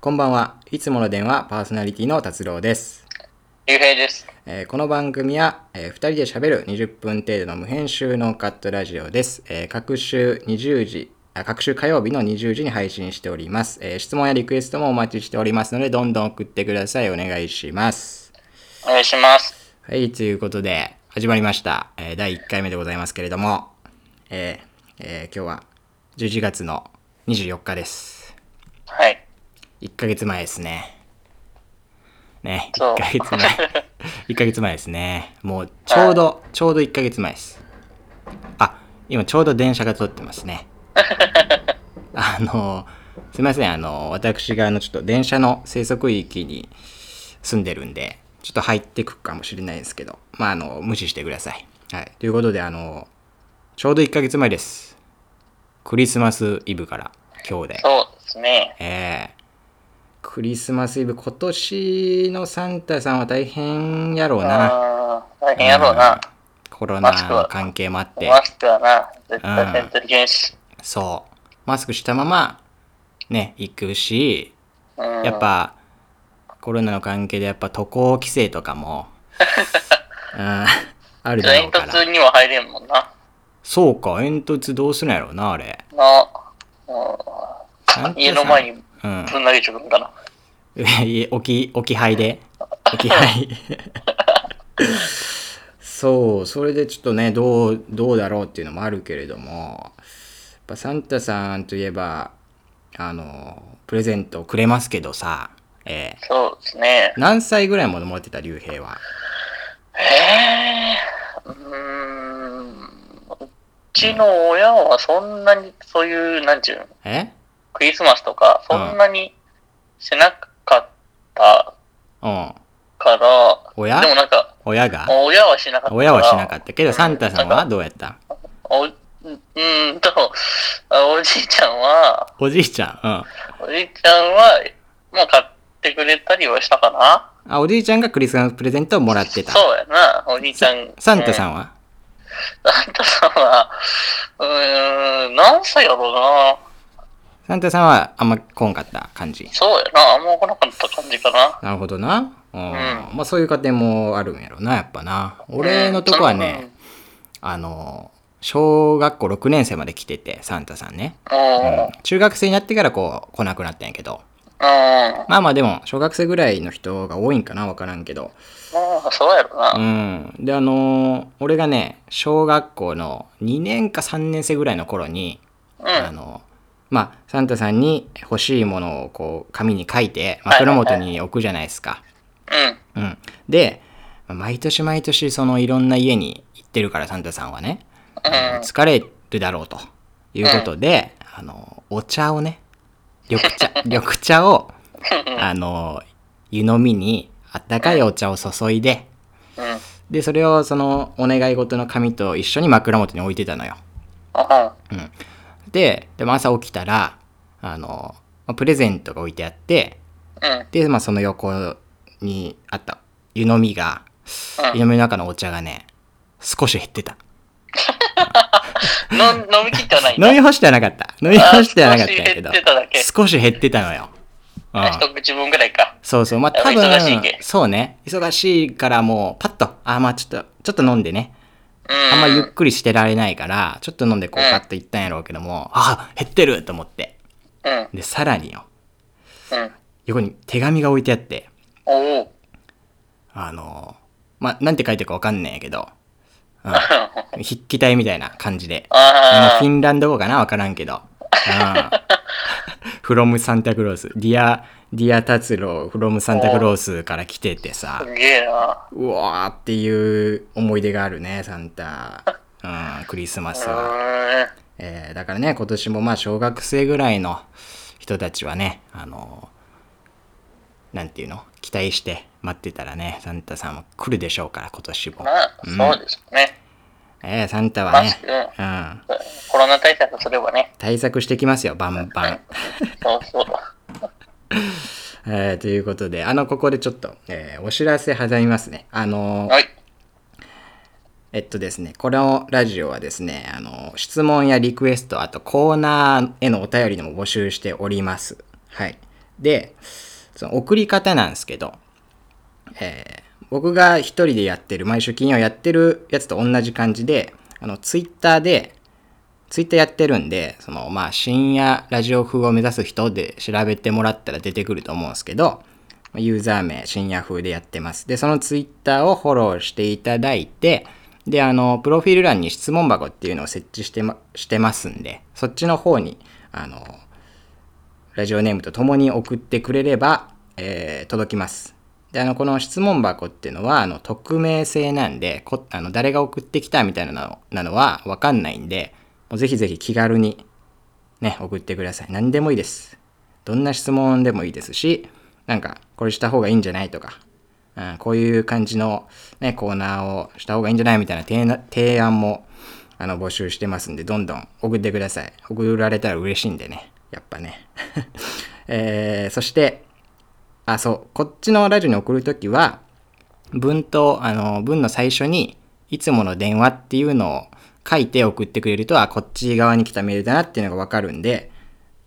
こんばんは。いつもの電話パーソナリティの達郎です。ゆうへいです。えーこの番組は、え2人で喋る20分程度の無編集ノーカットラジオです。えー各週20時、あ各週火曜日の20時に配信しております、えー質問やリクエストもお待ちしておりますので、どんどん送ってください。お願いします。お願いします。はい、ということで、始まりました。えー第1回目でございますけれども、えーえー今日は11月の24日です。はい。 1ヶ月前ですね。ね、そう1ヶ月前。1ヶ月 前ですね。もうちょうど、ちょうど1ヶ月前です。あ、今ちょうど電車が通ってます ね。あの、すいません、あの、私があの、ちょっと電車の生息域に住んでるんで、ちょっと入ってくかもしれないですけど、まあ、あの、無視してください。はい。ということで、あの、ちょうど1ヶ月前です。クリスマスイブから、今日で。そうですね。ええクリスマスイブ、今年のサンタさんは大変やろうな。あー大変やろうな。コロナの関係もあって。マスクはな、絶対せんといけんし。そう。マスクしたまま、ね、行くし、うん。やっぱ、コロナの関係でやっぱ渡航規制とか も、うん、あるだろ煙うから。突にも入れんもんな。そうか、煙突どうするんやろうな、あれ。な、うん、家の前に。にうん。ぶん投げちゃうんかな。いえ 置き、置き配で。置き配。そう、それでちょっとね、どう、どうだろうっていうのもあるけれども、やっぱサンタさんといえば、あの、プレゼントをくれますけどさ、ええそうですね。何歳ぐらいまでもらってた、竜兵は。へえ。うーん。うちの親はそんなに、そういう、なんちゅうの、えクリスマスとか、そんなにしなかったうん。から、親でもなんか、親が親はしなかった。親はしなかったけど、サンタさんなはかどうやったおうーんと、あおじいちゃんは、おじいちゃん、うん。おじいちゃんは、まあ買ってくれたりはしたかなあ、おじいちゃんがクリスマスプレゼントをもらってた。そうやな、おじいちゃん。サンタさうんはサンタさんは、うーん、何歳やろうな。サンタさんはあんま来んかった感じ。そうやな、あんま来なかった感じかな。なるほどな。うん。んまあそういう家庭もあるんやろな、やっぱな。俺のとこはね、あの、小学校6年生まで来てて、サンタさんね。うん、うん、うん、中学生になってからこう来なくなったんやけど。ままあまあでも、小学生ぐらいの人が多いんかな、わからんけど。あ、そうやろうな。ん。で、あの俺がね、小学校の2年か3年生ぐらいの頃に、うあん、の、まあ、サンタさんに欲しいものをこう紙に書いてはいはい枕元に置くじゃないですか。うん、うん、でまあ毎年毎年そのいろんな家に行ってるからサンタさんはね、あのうん疲れるだろうということで、あのお茶をね緑茶 緑茶をあの湯飲みにあったかいお茶を注いでうん、うん、でそれをそのお願い事の紙と一緒に枕元に置いてたのよ。ででも朝起きたらあのまあプレゼントが置いてあってうん、うん、で、まあ、その横にあった湯飲みがうん湯飲みの中のお茶がね、少し減ってた。の 飲みきってはないんだ飲み干してはなかった。飲み干してはなかったんやけどあ少し減ってただけ、少し減ってたのよ。うん一口分ぐらいか。そうそう、まあやっぱ多忙しい分け、そうね、忙しいからもう、パッと、あ、まあちょっと、ちょっと飲んでね、うん。あんまゆっくりしてられないから、ちょっと飲んでこう、うんパッといったんやろうけども、あ、減ってると思って。うん、で、さらによ、うん。横に手紙が置いてあって、おお。あの、まあ、なんて書いてるかわかんないんやけど、 うんあ筆記体みたいな感じで。まああフィンランド語かなわからん けど。フロムサンタクロース。ディア、ディア達郎、フロムサンタクロースから来ててさー、、すげえな。うわーっていう思い出があるね、サンタ。うん、クリスマうスは。ーん。えーだからね、今年もまあ小学生ぐらいの人たちはね、あのなんていうの期待して待ってたらね、サンタさんも来るでしょうから、今年も。まあ、そうですね。えーサンタはマスねク、、うん、コロナ対策すればね。対策してきますよ、バン バン。そうそう。えーということで、あの、ここでちょっと、えーお知らせ挟みますね。あのーはい。えっとですね、このラジオはですね、あのー質問やリクエスト、あとコーナーへのお便りでも募集しております。はい。で、その送り方なんですけど、えー僕が一人でやってる、毎週金曜やってるやつと同じ感じで、あの、ツイッターで、ツイッターやってるんで、その、まあ、深夜ラジオ風を目指す人で調べてもらったら出てくると思うんですけど、ユーザー名、深夜風でやってます。で、そのツイッターをフォローしていただいて、で、あの、プロフィール欄に質問箱っていうのを設置してま、してますんで、そっちの方に、あの、ラジオネームとともに送ってくれれば、えー届きます。で、あの、この質問箱っていうのは、あの、匿名性なんで、こあの誰が送ってきたみたいなのなのはわかんないんで、もうぜひぜひ気軽に、ね、送ってください。何でもいいです。どんな質問でもいいですし、なんか、これした方がいいんじゃないとか、うん、こういう感じの、ね、コーナーをした方がいいんじゃないみたいな提案提案も、あの、募集してますんで、どんどん送ってください。送られたら嬉しいんでね。やっぱね。 えーそして、あ、そう、こっちのラジオに送るときは、文と、あの、文の最初に、いつもの電話っていうのを書いて送ってくれると、あ、こっち側に来たメールだなっていうのがわかるんで、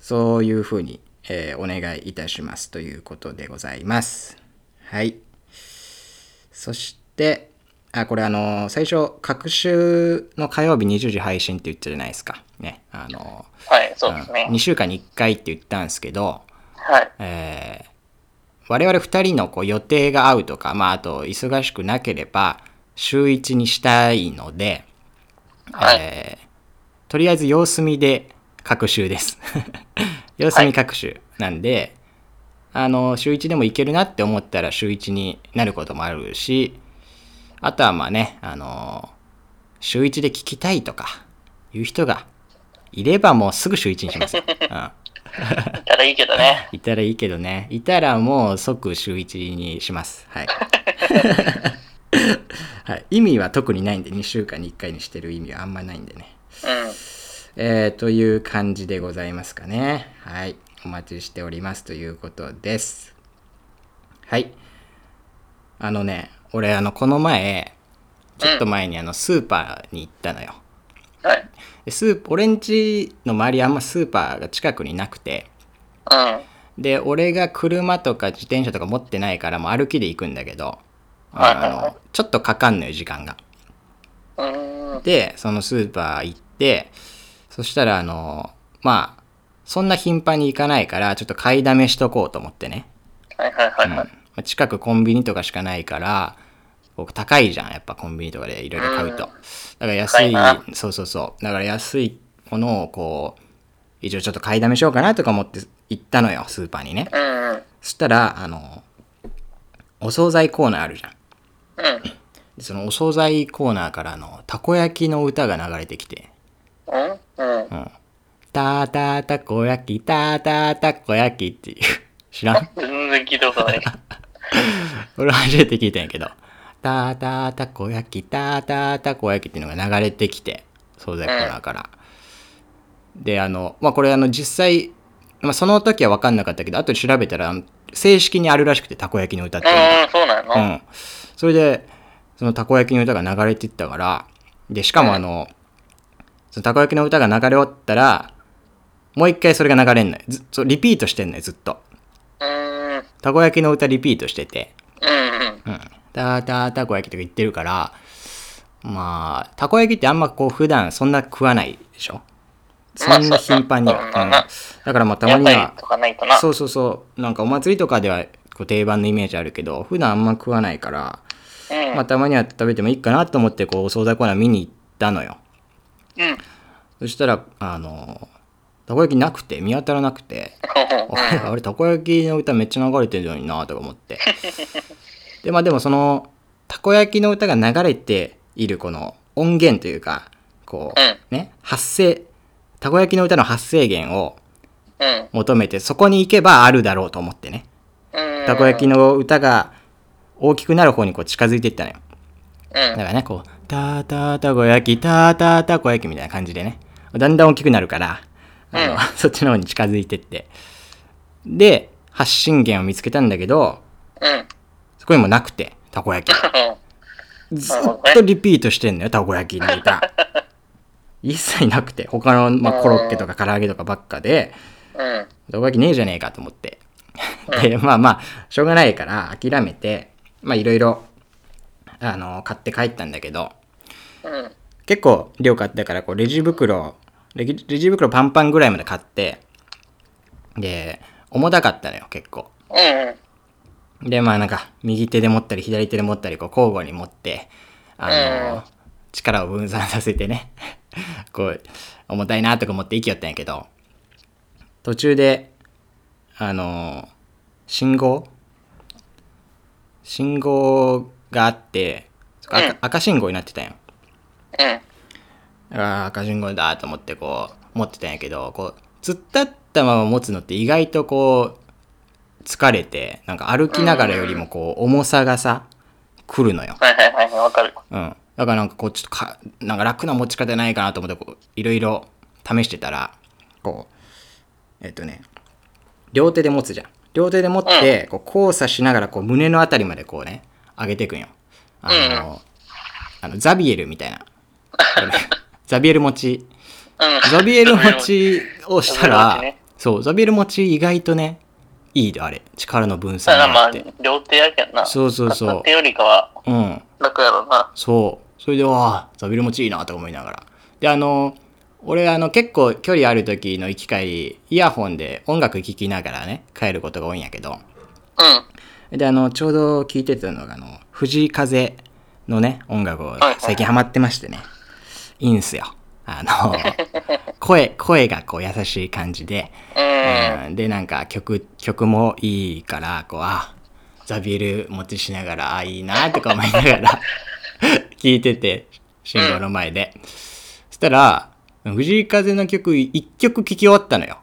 そういうふうに、えーお願いいたしますということでございます。はい。そして、あ、これあの、最初、各週の火曜日20時配信って言ったじゃないですか。ね。あの、はい、そうですね2。週間に1回って言ったんですけど、はい。えー我々2人のこう予定が合うとか、まあ、あと忙しくなければ週1にしたいので、はい。えーとりあえず様子見で各週です。 様子見各週なんで、あの、週1でもいけるなって思ったら週1になることもあるし、あとはまあね、あの、週1で聞きたいとかいう人がいればもうすぐ週1にしますよ。うんいたらいいけどね。いたらいいけどね。いたらもう即週1にします。 はい。はい、意味は特にないんで、2週間に1回にしてる意味はあんまないんでね。うん。えーという感じでございますかね。はい。お待ちしておりますということです。はい。あのね、俺、あの、この前、ちょっと前にあの、スーパーに行ったのよ。はい。でスー俺んちの周りあんまスーパーが近くになくて、うん。で俺が車とか自転車とか持ってないからもう歩きで行くんだけどはいはいはあいのちょっとかかんのよ時間がうーん。でそのスーパー行ってそしたらあのまあそんな頻繁に行かないからちょっと買いだめしとこうと思ってね、はいはいはういんはまい。あ近くコンビニとかしかないから僕高いじゃんやっぱコンビニとかでいろいろ買うとだうかんら安い高いなそうそうそうだから安いものをこう一応ちょっと買いだめしようかなとか思って行ったのよスーパーにねうん。そしたら、あの、お惣菜コーナーあるじゃん。うん。でそのお惣菜コーナーからの、たこ焼きの歌が流れてきて、うん。うん。うん。たーたーたこ焼き、たーたーたこ焼きっていう。 知らん全然聞いたことない。俺初めて聞いたんやけど、たーたーたこ焼き、たーたーたこ焼きっていうのが流れてきて、惣菜コーナーから。で、あの、まあ、これあの、実際、まあ、その時は分かんなかったけど、後で調べたら、あの正式にあるらしくて、たこ焼きの歌っていうのが。うん、そうなの、うん、それでそのたこ焼きの歌が流れてったからでしかもあの、そのたこ焼きの歌が流れ終わったらもう一回それが流れんのよずそうリピートしてんのよずっとうーん。たこ焼きの歌リピートしててうんうん。うん「たーたーたこ焼き」とか言ってるからまあたこ焼きってあんまこう普段そんな食わないでしょそんな頻繁には、まあそうんだうそうそうからまあたま屋に台はとかないとな。そうそうそうなんかお祭りとかではこう定番のイメージあるけど普段あんま食わないからうん。まあ、たまには食べてもいいかなと思ってこうお惣菜コーナー見に行ったのようん。そしたらあのたこ焼きなくて見当たらなくてああれたこ焼きの歌めっちゃ流れてるのになとか思って でまあでもそのたこ焼きの歌が流れているこの音源というかこうんうね発生たこ焼きの歌の発生源をうん。求めてそこに行けばあるだろうと思ってねうん。たこ焼きの歌が大きくなる方にこう近づいていったのようん。だからね、こう、たーたーたこ焼き、たーたーたこ焼きみたいな感じでね、だんだん大きくなるから、あの、うん そっちの方に近づいてって。で、発信源を見つけたんだけど、うん。そこにもなくて、たこ焼き。ずっとリピートしてんのよ、たこ焼きの歌。一切なくて、他の、まあ、コロッケとか唐揚げとかばっかで、うん。たこ焼きねえじゃねえかと思って。で、まあまあ、しょうがないから諦めて、まあいろいろ、あの、買って帰ったんだけど、うん。結構量買ったから、こう、レジ袋、レジレジ袋パンパンぐらいまで買って、で、重たかったのよ、結構。うん。で、まあなんか、右手で持ったり左手で持ったり、こう、交互に持って、あの、うん力を分散させてね、 こう、重たいなとか思って息をったんやけど、途中で、あの、信号信号があって、そっかうん赤赤信号になってたんよ。うん。だから赤信号だと思ってこう、持ってたんやけど、こう、突っ立ったまま持つのって意外とこう、疲れて、なんか歩きながらよりもこう、重さがさ、来るのよ。はいはいはいはい、わかる。うん。だからなんかこう、ちょっとか、なんか楽な持ち方ないかなと思って、こう、いろいろ試してたら、こう、えっとね、両手で持つじゃん。両手で持って、こう、交差しながら、こう、胸のあたりまでこうね、上げていくんよ。あの、あのザビエルみたいな。 ザビエル持ち。うん。ザビエル持ちをしたザビエル持らちね、そう、ザビエル持ち意外とね、いいで、あれ。力の分だ散からがまああって。、両手やけんな。そうそうそう片手よりかはうん。楽やろな。そう。それで、わあ、ザビエル持ちいいなとか思いながら。で、あの、俺、あの、結構距離ある時の行き帰り、イヤホンで音楽聴きながらね、帰ることが多いんやけど、うん。で、あの、ちょうど聴いてたのが、あの、藤井風のね、音楽をはい最近ハマってましてね、いいんすよ。あ の、声、声がこう優しい感じで、うん。うんでなんか曲曲もいいからこうあザビエル持ちしながらあいいなとか思いながら 聞いてて信号の前で、そしたら藤井風の曲1曲聴き終わったのよ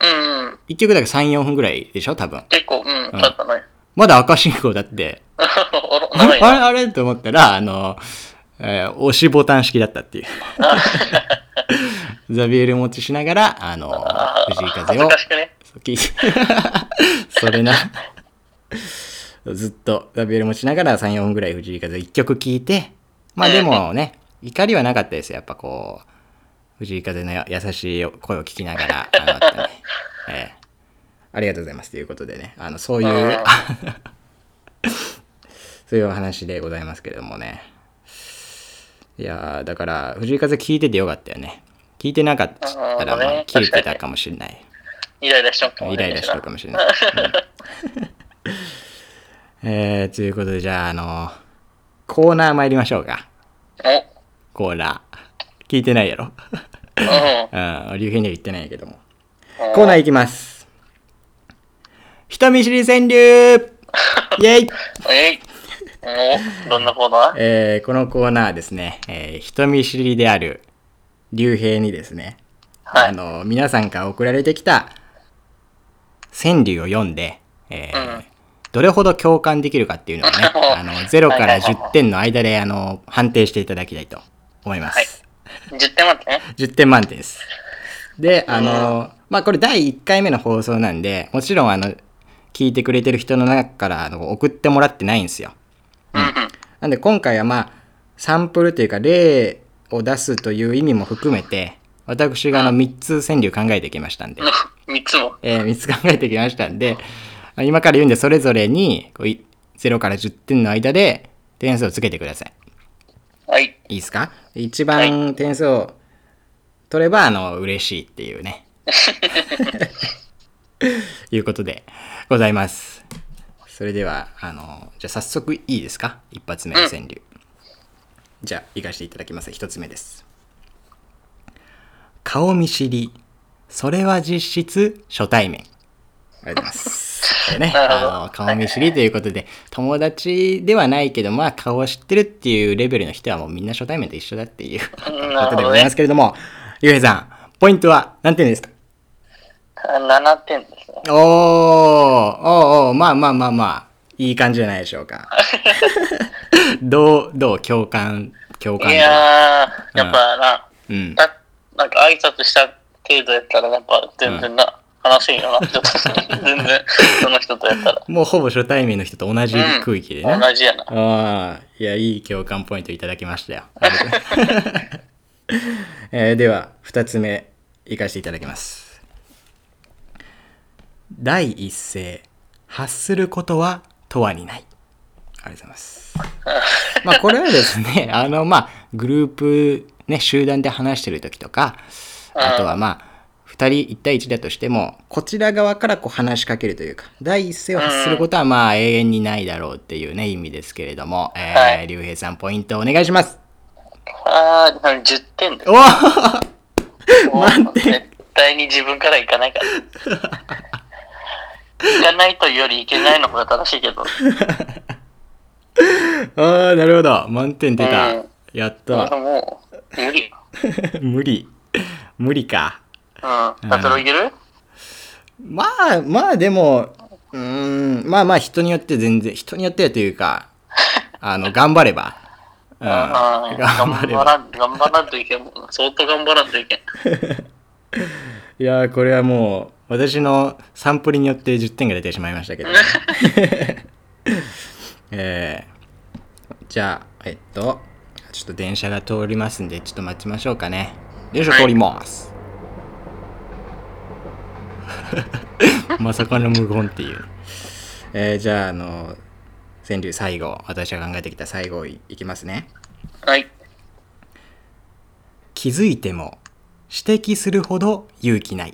うん。 1曲だけ34分ぐらいでしょ多分結構、うん。だったね。まだ赤信号だっておろ、あ長れいあれ な。あれと思ったらあの、えー押しボタン式だった っていうザビエル持ちしながらあのあー藤井恥風ずをかしくね。そう聞いて それな。ずっとラビエル持ちながら3、4分ぐらい藤井風一曲聴いて、まあでもね、怒りはなかったですよ。やっぱこう、藤井風のや優しい声を聞きながら、あの、あったねええありがとうございます。ということでね、あの、そういううん、 そういうお話でございますけれどもね。いやーだから、藤井風聞いててよかったよね。聞いてなかったら、うんねまあ、切れて確かたにかもしれない。イライラしちゃうかもイねライラしちゃうかもしれない。うん えー、ということで、じゃあ、あの、コーナー参りましょうか。コーナー。聞いてないやろ。 お、うん、竜兵には言ってないけども。うん。コーナーい。いきます。人見知り川 柳イェイえい。お、どんなコーナーえー、このコーナーはですね、えー人見知りである竜兵にですね、はいあの皆さんから送られてきた川柳を読んで、えーうんどれほど共感できるかっていう のをねあの0から10点の間であの判定していただきたいと思います、はい ?10 点待ってね。 10点満点ですであのまあこれ第1回目の放送なんでもちろんあの聞いてくれてる人の中からあの送ってもらってないんですようんうん。 なんで今回はまあサンプルというか例を出すという意味も含めて私があの3つ川柳考えてきましたんで、 3つも。 え3つ考えてきましたんであ今から言うんでそれぞれにこうい0から10点の間で点数をつけてください。はい。いいですか一番点数を取ればあの嬉しいっていうね。いうことでございます。それではあのじゃあ早速いいですか一発目の川柳。じゃあ行かせていただきます一つ目です。顔見知りそれは実質初対面。ありがとうございます。ね、なるほどあの顔見知りということで友達ではないけどまあ顔を知ってるっていうレベルの人はもうみんな初対面と一緒だっていうなこるとでほごどざいまね。すけれども、ゆうへいさん、ポイントは何点ですか7点ですね。おーおーおーまあまあまあまあ、いい感じじゃないでしょう か。どう、どう、共感、共感い度やー、やっぱな、うん。たなんか挨拶した程度やったら、やっぱ全然な、話しい よな、ちょっと全然、その人とやったら。もうほぼ初対面の人と同じうん空気でね。同じやな。ああ、いや、いい共感ポイントいただきましたよ。 ありがとうえーでは、二つ目、いかせていただきます。第一声発することは問わにないありがとうござい ますまあこれはですねあのまあグループね集団で話してる時とかあとはまあ2人1対1だとしてもこちら側からこう話しかけるというか第一声を発することはまあ永遠にないだろうっていうね意味ですけれども、えはー、い竜兵さんポイントお願いしますああ、10点だ お。ー満点絶対に自分から行かないから。行かないというより行けないの方が正しいけど。ああなるほど満点出た、うんやっでたもう、無理。 無理無理かうん。達郎いけるまあまあでもうーんまあまあ人によって全然人によってというかあの頑張れば、うん、うん頑張れ頑張ばらん、頑張らんといけんもん。相当頑張らんといけん。いやーこれはもう私のサンプルによって10点が出てしまいましたけど、えーじゃあえっとちょっと電車が通りますんでちょっと待ちましょうかね電車通ります、 まさかの無言っていう、えーじゃああの川柳最後私が考えてきた最後いいきますねはい。気づいても指摘するほど勇気ない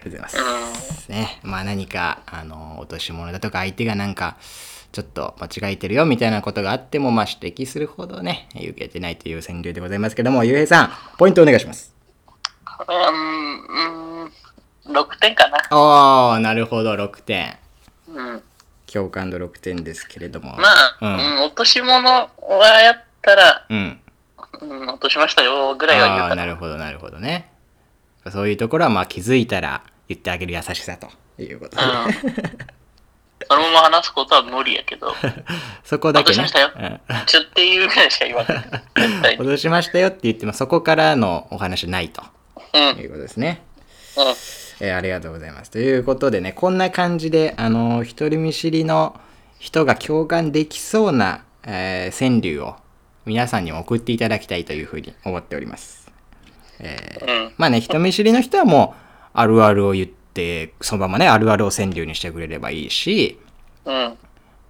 ありがとうございますうね、まあ何かあの落とし物だとか相手がなんかちょっと間違えてるよみたいなことがあってもまあ指摘するほどね受けてないという川柳でございますけどもゆうへいさんポイントお願いしますん。うん。6点かな。おーなるほど6点うん。共感度6点ですけれどもまあ、うんうん、落とし物はやったら、うんうん、落としましたよぐらいは言あうかーな。なるほどなるほどねそういうところはまあ気づいたら言ってあげる優しさということで、うん。そのまま話すことは無理や けど、そこだけね落としましたうんちょっていうぐらいしか言わない。絶対に。うん。落としましたよって言ってもそこからのお話はないとうん。いうことですねえーありがとうございます。ということでね、こんな感じで、あのー一人見知りの人が共感できそうな、えー川柳を皆さんにも送っていただきたいというふうに思っております。えーうん。まあね、人見知りの人はもう、あるあるを言って、そのままね、あるあるを川柳にしてくれればいいし、うん。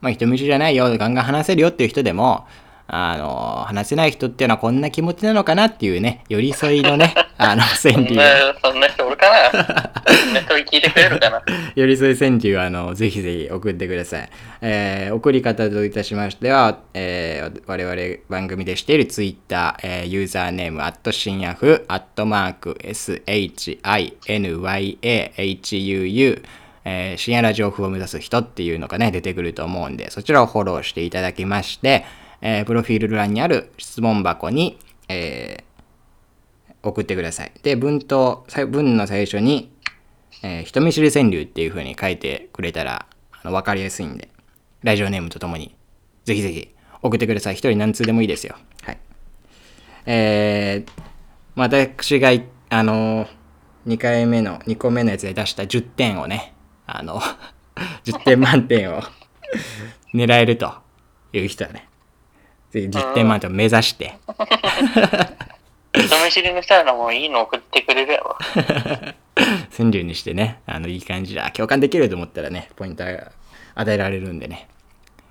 まあ、人見知りじゃないよ、ガンガン話せるよっていう人でも、あのー話せない人っていうのはこんな気持ちなのかなっていうね、寄り添いのね、あの、そ川ん柳をな、そんな人おるかなそんな人聞いてくれるかな 寄り添い川柳あのぜひぜひ送ってください、えー送り方といたしましては、えー我々番組でしているツイッター、えーユーザーネームアット新ヤフアットマーク SHINYAHUU えー深夜ラジオ風を目指す人っていうのがね、出てくると思うんで、そちらをフォローしていただきまして、えープロフィール欄にある質問箱に、えー送ってください。で、文と、さ文の最初に、えー人見知り川柳っていう風に書いてくれたらあの分かりやすいんでラジオネームとともにぜひぜひ送ってください一人何通でもいいですよはいえー、私がいあのー2回目の2個目のやつで出した10点をねあの 10点満点を狙えるという人はねぜひ10点満点を目指して人見知りの人ならもういいの送ってくれるやろ。川柳にしてねあのいい感じだ共感できると思ったらねポイント与えられるんでね、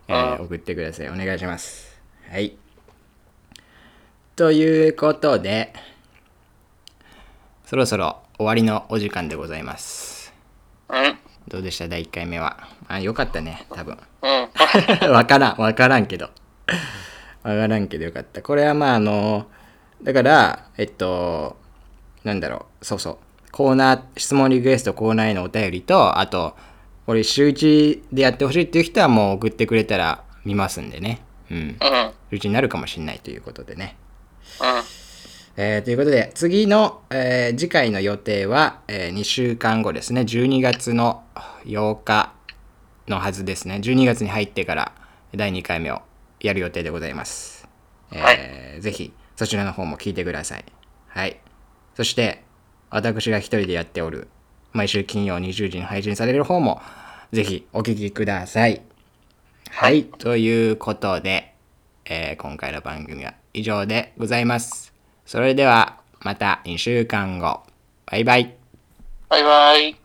えーう送ってくださいお願いしますはいということでそろそろ終わりのお時間でございますうん。どうでした第1回目はあよかったね多分うん。 わからんわからんけどわからんけどよかったこれはまああのだからえっとなんだろうそうそうコーナー質問リクエストコーナーへのお便りとあとこれ週1でやってほしいっていう人はもう送ってくれたら見ますんでねうんうん。うん。週1になるかもしれないということでねえーということで次の、えー次回の予定は、え2週間後ですね12月の8日のはずですね12月に入ってから第2回目をやる予定でございます、えーぜひそちらの方も聞いてくださいはいそして私が一人でやっておる毎週金曜20時に配信される方もぜひお聞きくださいはい、ということで、えー今回の番組は以上でございます。それではまた2週間後。バイバイ。バイバイ。